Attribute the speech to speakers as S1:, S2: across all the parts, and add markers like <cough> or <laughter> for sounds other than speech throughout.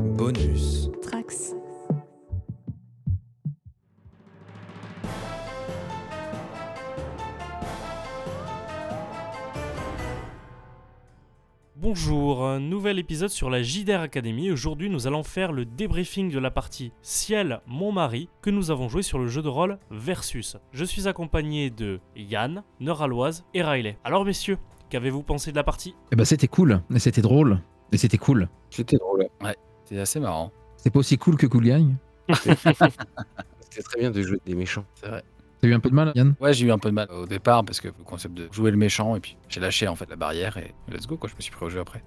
S1: Bonus.
S2: Trax.
S3: Bonjour, un nouvel épisode sur la JDR Academy. Aujourd'hui, nous allons faire le débriefing de la partie Ciel, mon mari, que nous avons joué sur le jeu de rôle Versus. Je suis accompagné de Yann, Neuraloise et Riley. Alors, messieurs, qu'avez-vous pensé de la partie
S4: Eh ben c'était cool, et c'était drôle, et c'était cool.
S1: C'était drôle. hein.
S5: C'est assez marrant.
S4: C'est pas aussi cool que Cool Gang.
S1: C'était très bien de jouer des méchants.
S5: C'est vrai.
S4: T'as eu un peu de mal, Yann
S5: Ouais, j'ai eu un peu de mal au départ parce que le concept de jouer le méchant et puis j'ai lâché en fait la barrière et let's go quoi, je me suis pris au jeu après.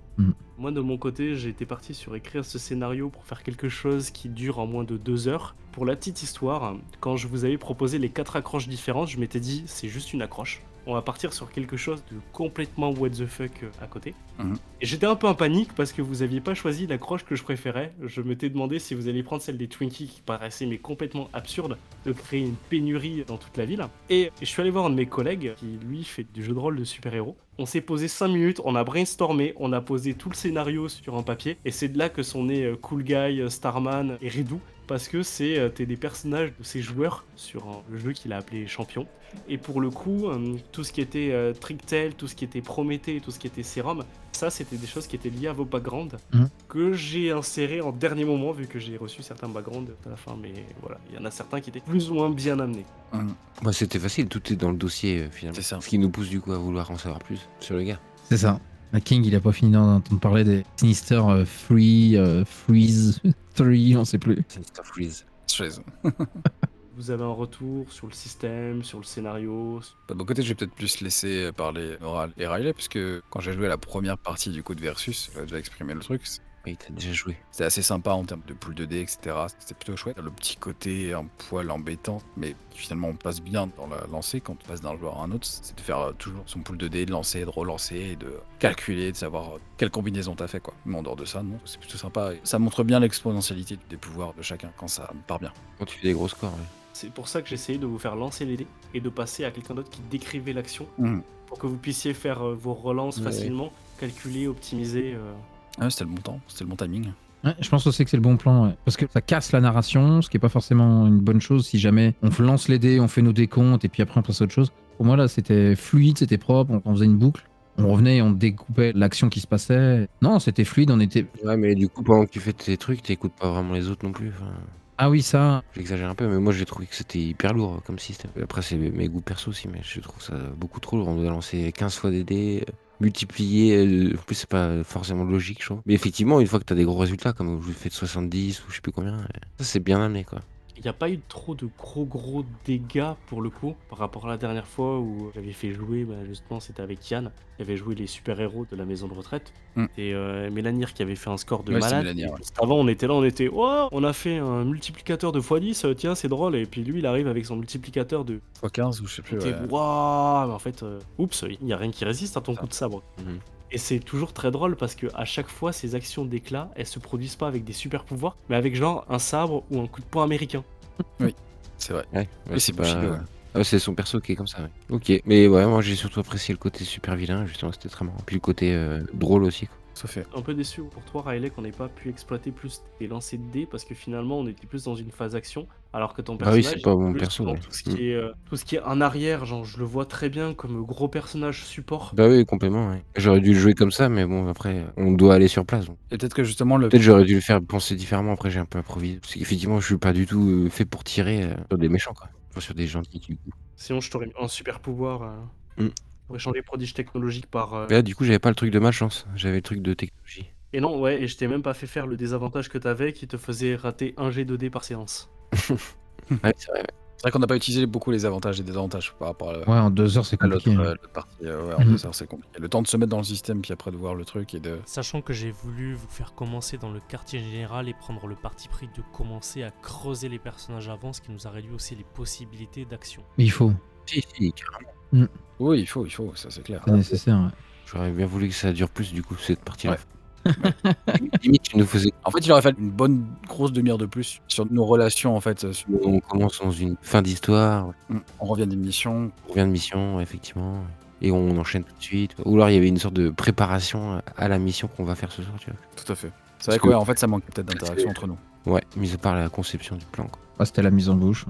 S3: Moi, de mon côté, j'ai été parti sur écrire ce scénario pour faire quelque chose qui dure en moins de deux heures. Pour la petite histoire, quand je vous avais proposé les quatre accroches différentes, je m'étais dit, c'est juste une accroche. On va partir sur quelque chose de complètement what the fuck euh, à côté.
S5: Mhm.
S3: Et j'étais un peu en panique parce que vous aviez pas choisi l'accroche que je préférais. Je m'étais demandé si vous alliez prendre celle des Twinkies qui paraissait mais complètement absurde de créer une pénurie dans toute la ville. Et je suis allé voir un de mes collègues qui lui fait du jeu de rôle de super-héros. On s'est posé 5 minutes, on a brainstormé, on a posé tout le scénario sur un papier et c'est de là que sont nés euh, Cool Guy, euh, Starman et Redou. Parce que c'est euh, t'es des personnages de ces joueurs sur un jeu qu'il a appelé Champion. Et pour le coup, euh, tout ce qui était euh, Tricktail, tout ce qui était Prométhée, tout ce qui était Sérum, ça, c'était des choses qui étaient liées à vos backgrounds
S4: Mhm.
S3: que j'ai inséré en dernier moment, vu que j'ai reçu certains backgrounds à la fin. Mais voilà, il y en a certains qui étaient plus ou moins bien amenés.
S1: Bah, c'était facile, tout est dans le dossier euh, finalement.
S5: C'est ça.
S1: Ce qui nous pousse du coup à vouloir en savoir plus sur le gars.
S4: C'est ça. La King, il a pas fini d'entendre parler des Sinister euh, Free, euh, Freeze, <laughs> Three, on sait plus.
S1: Sinister Freeze.
S5: Chose.
S3: Vous avez un retour sur le système, sur le scénario.
S5: Bah, De mon côté, je vais peut-être plus laisser parler Moral et Riley parce que quand j'ai joué la première partie du coup de Versus, euh, j'ai déjà exprimé le truc.
S1: Oui, t'as déjà joué.
S5: C'était assez sympa en termes de pool de dés, etc. C'était plutôt chouette. Le petit côté un poil embêtant, mais finalement on passe bien dans la lancée quand on passe d'un joueur à un autre, c'est de faire euh, toujours son pool de dés, de lancer, de relancer, et de calculer, de savoir euh, quelle combinaison t'as fait quoi. Mais en dehors de ça, non, c'est plutôt sympa. Et ça montre bien l'exponentialité des pouvoirs de chacun quand ça part bien.
S1: Quand tu fais des gros scores, ouais.
S3: C'est pour ça que j'essayais de vous faire lancer les dés et de passer à quelqu'un d'autre qui décrivait l'action
S5: Mhm.
S3: pour que vous puissiez faire euh, vos relances
S1: Ouais.
S3: facilement, calculer, optimiser. euh.
S5: Ah, ouais, c'était le bon temps, c'était le bon timing.
S4: Ouais, je pense aussi que c'est le bon plan, ouais. parce que ça casse la narration, ce qui est pas forcément une bonne chose si jamais on lance les dés, on fait nos décomptes et puis après on passe à autre chose. Pour moi là, c'était fluide, c'était propre, on, on faisait une boucle, on revenait et on découpait l'action qui se passait. Non, c'était fluide, on était.
S1: Ouais, mais du coup, pendant que tu fais tes trucs, t'écoutes pas vraiment les autres non plus. Enfin,
S4: Ah oui, ça,
S1: J'exagère un peu, mais moi j'ai trouvé que c'était hyper lourd euh, comme système. Après, c'est mes goûts perso aussi, mais je trouve ça beaucoup trop lourd. On doit lancer 15 fois des dés, euh, multiplier. euh, En plus, c'est pas forcément logique, je trouve. Mais effectivement, une fois que t'as des gros résultats, comme vous faites 70 ou je sais plus combien, euh, ça c'est bien amené quoi.
S3: Il n'y a pas eu trop de gros gros dégâts pour le coup par rapport à la dernière fois où j'avais fait jouer, bah, justement c'était avec Yann, qui avait joué les super-héros de la maison de retraite.
S5: Mhm.
S3: Et euh, Mélanir qui avait fait un score de
S5: Ouais, c'est
S3: malade.
S5: Mélanir, ouais.
S3: Juste avant on était là, on était Oh, on a fait un multiplicateur de x10, euh, tiens c'est drôle. Et puis lui il arrive avec son multiplicateur de
S5: Fois 15 ou je sais plus.
S3: T'es,
S5: ouais.
S3: Ouah, mais en fait, euh, oups, il n'y a rien qui résiste à ton
S5: Ça.
S3: coup de sabre.
S1: Mhm.
S3: Et c'est toujours très drôle parce que à chaque fois, ces actions d'éclat, elles se produisent pas avec des super pouvoirs, mais avec genre un sabre ou un coup de poing américain.
S5: C'est vrai.
S1: Ouais, ouais,
S5: Et c'est
S1: pas-
S5: Bushido, ouais.
S1: Ah, c'est son perso qui est comme ça, ouais. Ok, mais ouais, moi j'ai surtout apprécié le côté super vilain, justement, c'était très marrant. Puis le côté euh, drôle aussi, quoi.
S5: Tout à fait.
S3: Un peu déçu pour toi, Riley, qu'on n'ait pas pu exploiter plus tes lancers de dés parce que finalement, on était plus dans une phase action, alors que ton
S1: Ah oui,
S3: personnage.
S1: c'est pas mon
S3: plus
S1: perso,
S3: dans
S1: ouais.
S3: tout, ce
S1: Mhm.
S3: qui est, euh, tout ce qui est en arrière, genre, je le vois très bien comme gros personnage support.
S1: Bah oui, complètement, ouais. J'aurais dû le jouer comme ça, mais bon, après, on doit aller sur place. donc.
S5: Et peut-être que justement le.
S1: Peut-être j'aurais dû le faire penser différemment, après j'ai un peu improvisé. Parce qu'effectivement, je suis pas du tout euh, fait pour tirer euh, sur des méchants, quoi. Enfin, sur des gentils, du coup.
S3: Sinon, je t'aurais mis un super pouvoir. euh,
S4: Mm.
S1: Mhm.
S3: Pour échanger prodige technologique par. euh,
S1: Mais Là, du coup, j'avais pas le truc de malchance, j'avais le truc de technologie.
S3: Et non, ouais, et je t'ai même pas fait faire le désavantage que t'avais qui te faisait rater un g 2D par séance.
S1: Ouais, Ah, c'est vrai, ouais.
S5: C'est vrai qu'on n'a pas utilisé beaucoup les avantages et désavantages par rapport à la-
S4: ouais, en deux heures c'est
S5: à l'autre
S4: compliqué. hein.
S5: euh, l'autre partie. euh, ouais, en
S4: Mhm.
S5: deux heures, c'est compliqué. Le temps de se mettre dans le système puis après de voir le truc et de.
S6: Sachant que j'ai voulu vous faire commencer dans le quartier général et prendre le parti pris de commencer à creuser les personnages avant, ce qui nous a réduit aussi les possibilités d'action.
S4: Mais il faut,
S1: Si, si, carrément.
S5: Oui, il faut, il faut, ça c'est clair.
S4: c'est nécessaire. ouais.
S1: J'aurais bien voulu que ça dure plus, du coup, cette partie-là.
S5: Ouais.
S1: Limite, tu nous faisais
S5: En fait, il aurait fallu une bonne grosse demi-heure de plus sur nos relations. En fait, euh, sur-
S1: On commence dans une fin d'histoire,
S4: Mm.
S5: on revient d'une mission.
S1: on revient de mission, effectivement. et on enchaîne tout de suite. Ou alors il y avait une sorte de préparation à la mission qu'on va faire ce soir, tu vois.
S5: Tout à fait.
S1: Parce
S5: C'est vrai
S1: que-
S5: que ouais, en fait, ça manque peut-être d'interaction entre nous.
S1: Ouais, mis à part la conception du plan. quoi.
S4: Ah, c'était la mise en bouche.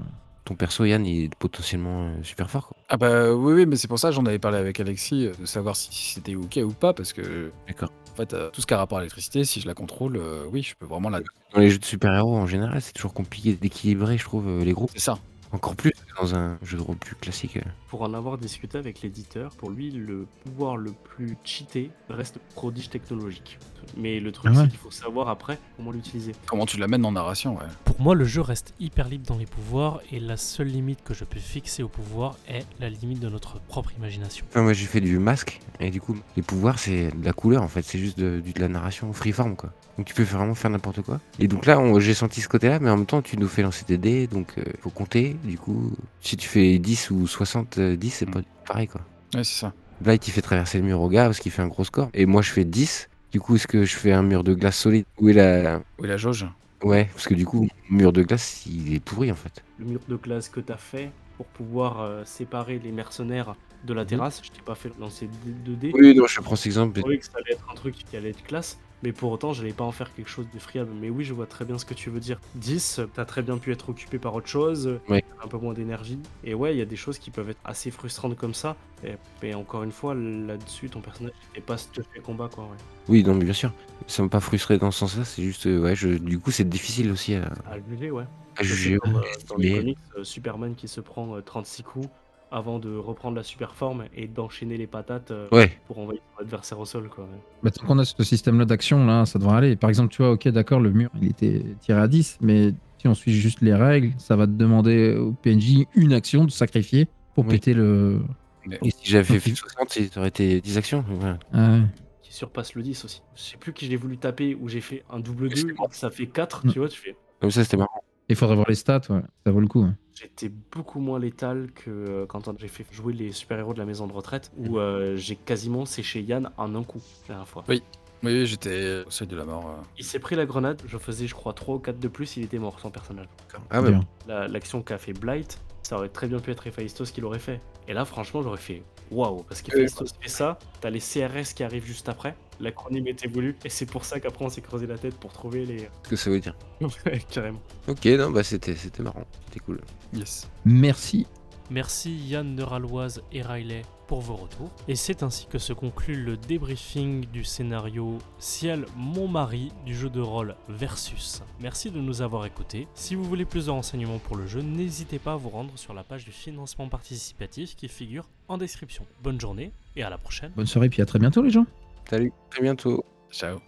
S1: Ton perso, Yann, il est potentiellement euh, super fort. Quoi.
S5: Ah bah oui, oui, mais c'est pour ça j'en avais parlé avec Alexis, euh, de savoir si c'était OK ou pas, parce que
S1: D'accord.
S5: en fait, euh, tout ce qui a rapport à l'électricité, si je la contrôle, euh, oui, je peux vraiment la...
S1: Dans les jeux de super-héros en général, c'est toujours compliqué d'équilibrer, je trouve, euh, les groupes.
S5: C'est ça.
S1: Encore plus que dans un jeu de rôle plus classique. euh.
S3: Pour en avoir discuté avec l'éditeur, pour lui, le pouvoir le plus cheaté reste le prodige technologique. Mais le truc,
S4: Ah ouais.
S3: c'est qu'il faut savoir après comment l'utiliser.
S5: Comment tu l'amènes en narration, ouais.
S6: Pour moi, le jeu reste hyper libre dans les pouvoirs et la seule limite que je peux fixer au pouvoir est la limite de notre propre imagination.
S1: Enfin, moi, j'ai fait du masque, et du coup, les pouvoirs, c'est de la couleur, en fait. C'est juste de, du- de la narration freeform, quoi. Donc, tu peux vraiment faire n'importe quoi. Et donc là, on- j'ai senti ce côté-là, mais en même temps, tu nous fais lancer des dés, donc il faut compter. Du coup, si tu fais 10 ou 70, c'est pas pareil, quoi.
S5: Ouais, c'est ça.
S1: Blight, il fait traverser le mur au gars parce qu'il fait un gros score. Et moi, je fais 10. Du coup, est-ce que je fais un mur de glace solide Où est la.
S5: Oui, la jauge.
S1: Ouais, parce que du coup, mur de glace, il est pourri, en fait.
S3: Le mur de glace que t'as fait pour pouvoir euh, séparer les mercenaires de
S4: Mm.
S3: la terrasse, je t'ai pas fait lancer d- 2D.
S1: Oui, non, je te prends cet exemple.
S3: Je trouvais que ça allait être un truc qui allait être classe, mais pour autant, j'allais pas en faire quelque chose de friable. Mais oui, je vois très bien ce que tu veux dire. 10, t'as très bien pu être occupé par autre chose,
S1: Ouais.
S3: un peu moins d'énergie. Et ouais, il y a des choses qui peuvent être assez frustrantes comme ça. Et, et encore une fois, là-dessus, ton personnage n'est pas stuffé combat, quoi. ouais.
S1: Oui, non, mais bien sûr. Ça m'a pas frustré dans ce sens-là, c'est juste. euh, Ouais, je... du coup, c'est difficile aussi à,
S3: À juger, ouais.
S1: à
S3: C'est
S1: juger.
S3: comme, euh, dans les
S1: mais-
S3: comics, euh, Superman qui se prend euh, 36 coups avant de reprendre la super forme et d'enchaîner les patates euh,
S1: Ouais,
S3: pour envoyer son adversaire au sol, quoi. ouais.
S4: Bah, tant qu'on a ce système-là d'action, là, ça devrait aller. Par exemple, tu vois, ok, d'accord, le mur, il était tiré à 10, mais si on suit juste les règles, ça va te demander au PNJ une action de sacrifier pour
S1: Oui.
S4: péter le.
S1: et si j'avais
S4: Ok.
S1: fait 60, ça aurait été 10 actions. ouais.
S4: Ah ouais.
S3: qui surpasse le 10 aussi. Je sais plus qui j'ai voulu taper où j'ai fait un double
S5: Mais c'est
S3: 2,
S5: mort.
S3: ça fait 4,
S4: Mm.
S3: tu vois, tu fais.
S1: Comme ça, c'était marrant.
S4: Il faudrait voir les stats, ouais. ça vaut le coup. ouais.
S3: J'étais beaucoup moins létal que euh, quand j'ai fait jouer les super-héros de la maison de retraite où euh, j'ai quasiment séché Yann en un coup la dernière fois.
S5: Oui. Oui, oui, j'étais au seuil de la mort. euh.
S3: Il s'est pris la grenade, je faisais je crois 3 ou 4 de plus, il était mort son personnage.
S1: Ah, ouais.
S4: Bien.
S3: La- L'action qu'a fait Blight, ça aurait très bien pu être Hephaistos qui l'aurait fait. Et là franchement j'aurais fait waouh, parce qu'Hephaistos fait ça, t'as les CRS qui arrivent juste après, l'acronyme est évolué, et c'est pour ça qu'après on s'est creusé la tête pour trouver les...
S1: ce que ça veut dire.
S3: <laughs> Ouais, Carrément.
S1: Ok, non, bah c'était c'était marrant. C'était cool.
S5: Yes.
S4: Merci.
S6: Merci Yann Neuraloise et Riley pour vos retours. Et c'est ainsi que se conclut le débriefing du scénario Ciel mon mari du jeu de rôle Versus. Merci de nous avoir écoutés. Si vous voulez plus de renseignements pour le jeu, n'hésitez pas à vous rendre sur la page du financement participatif qui figure en description. Bonne journée et à la prochaine.
S4: Bonne soirée, puis à très bientôt, les gens.
S1: Salut, à très bientôt.
S5: Ciao.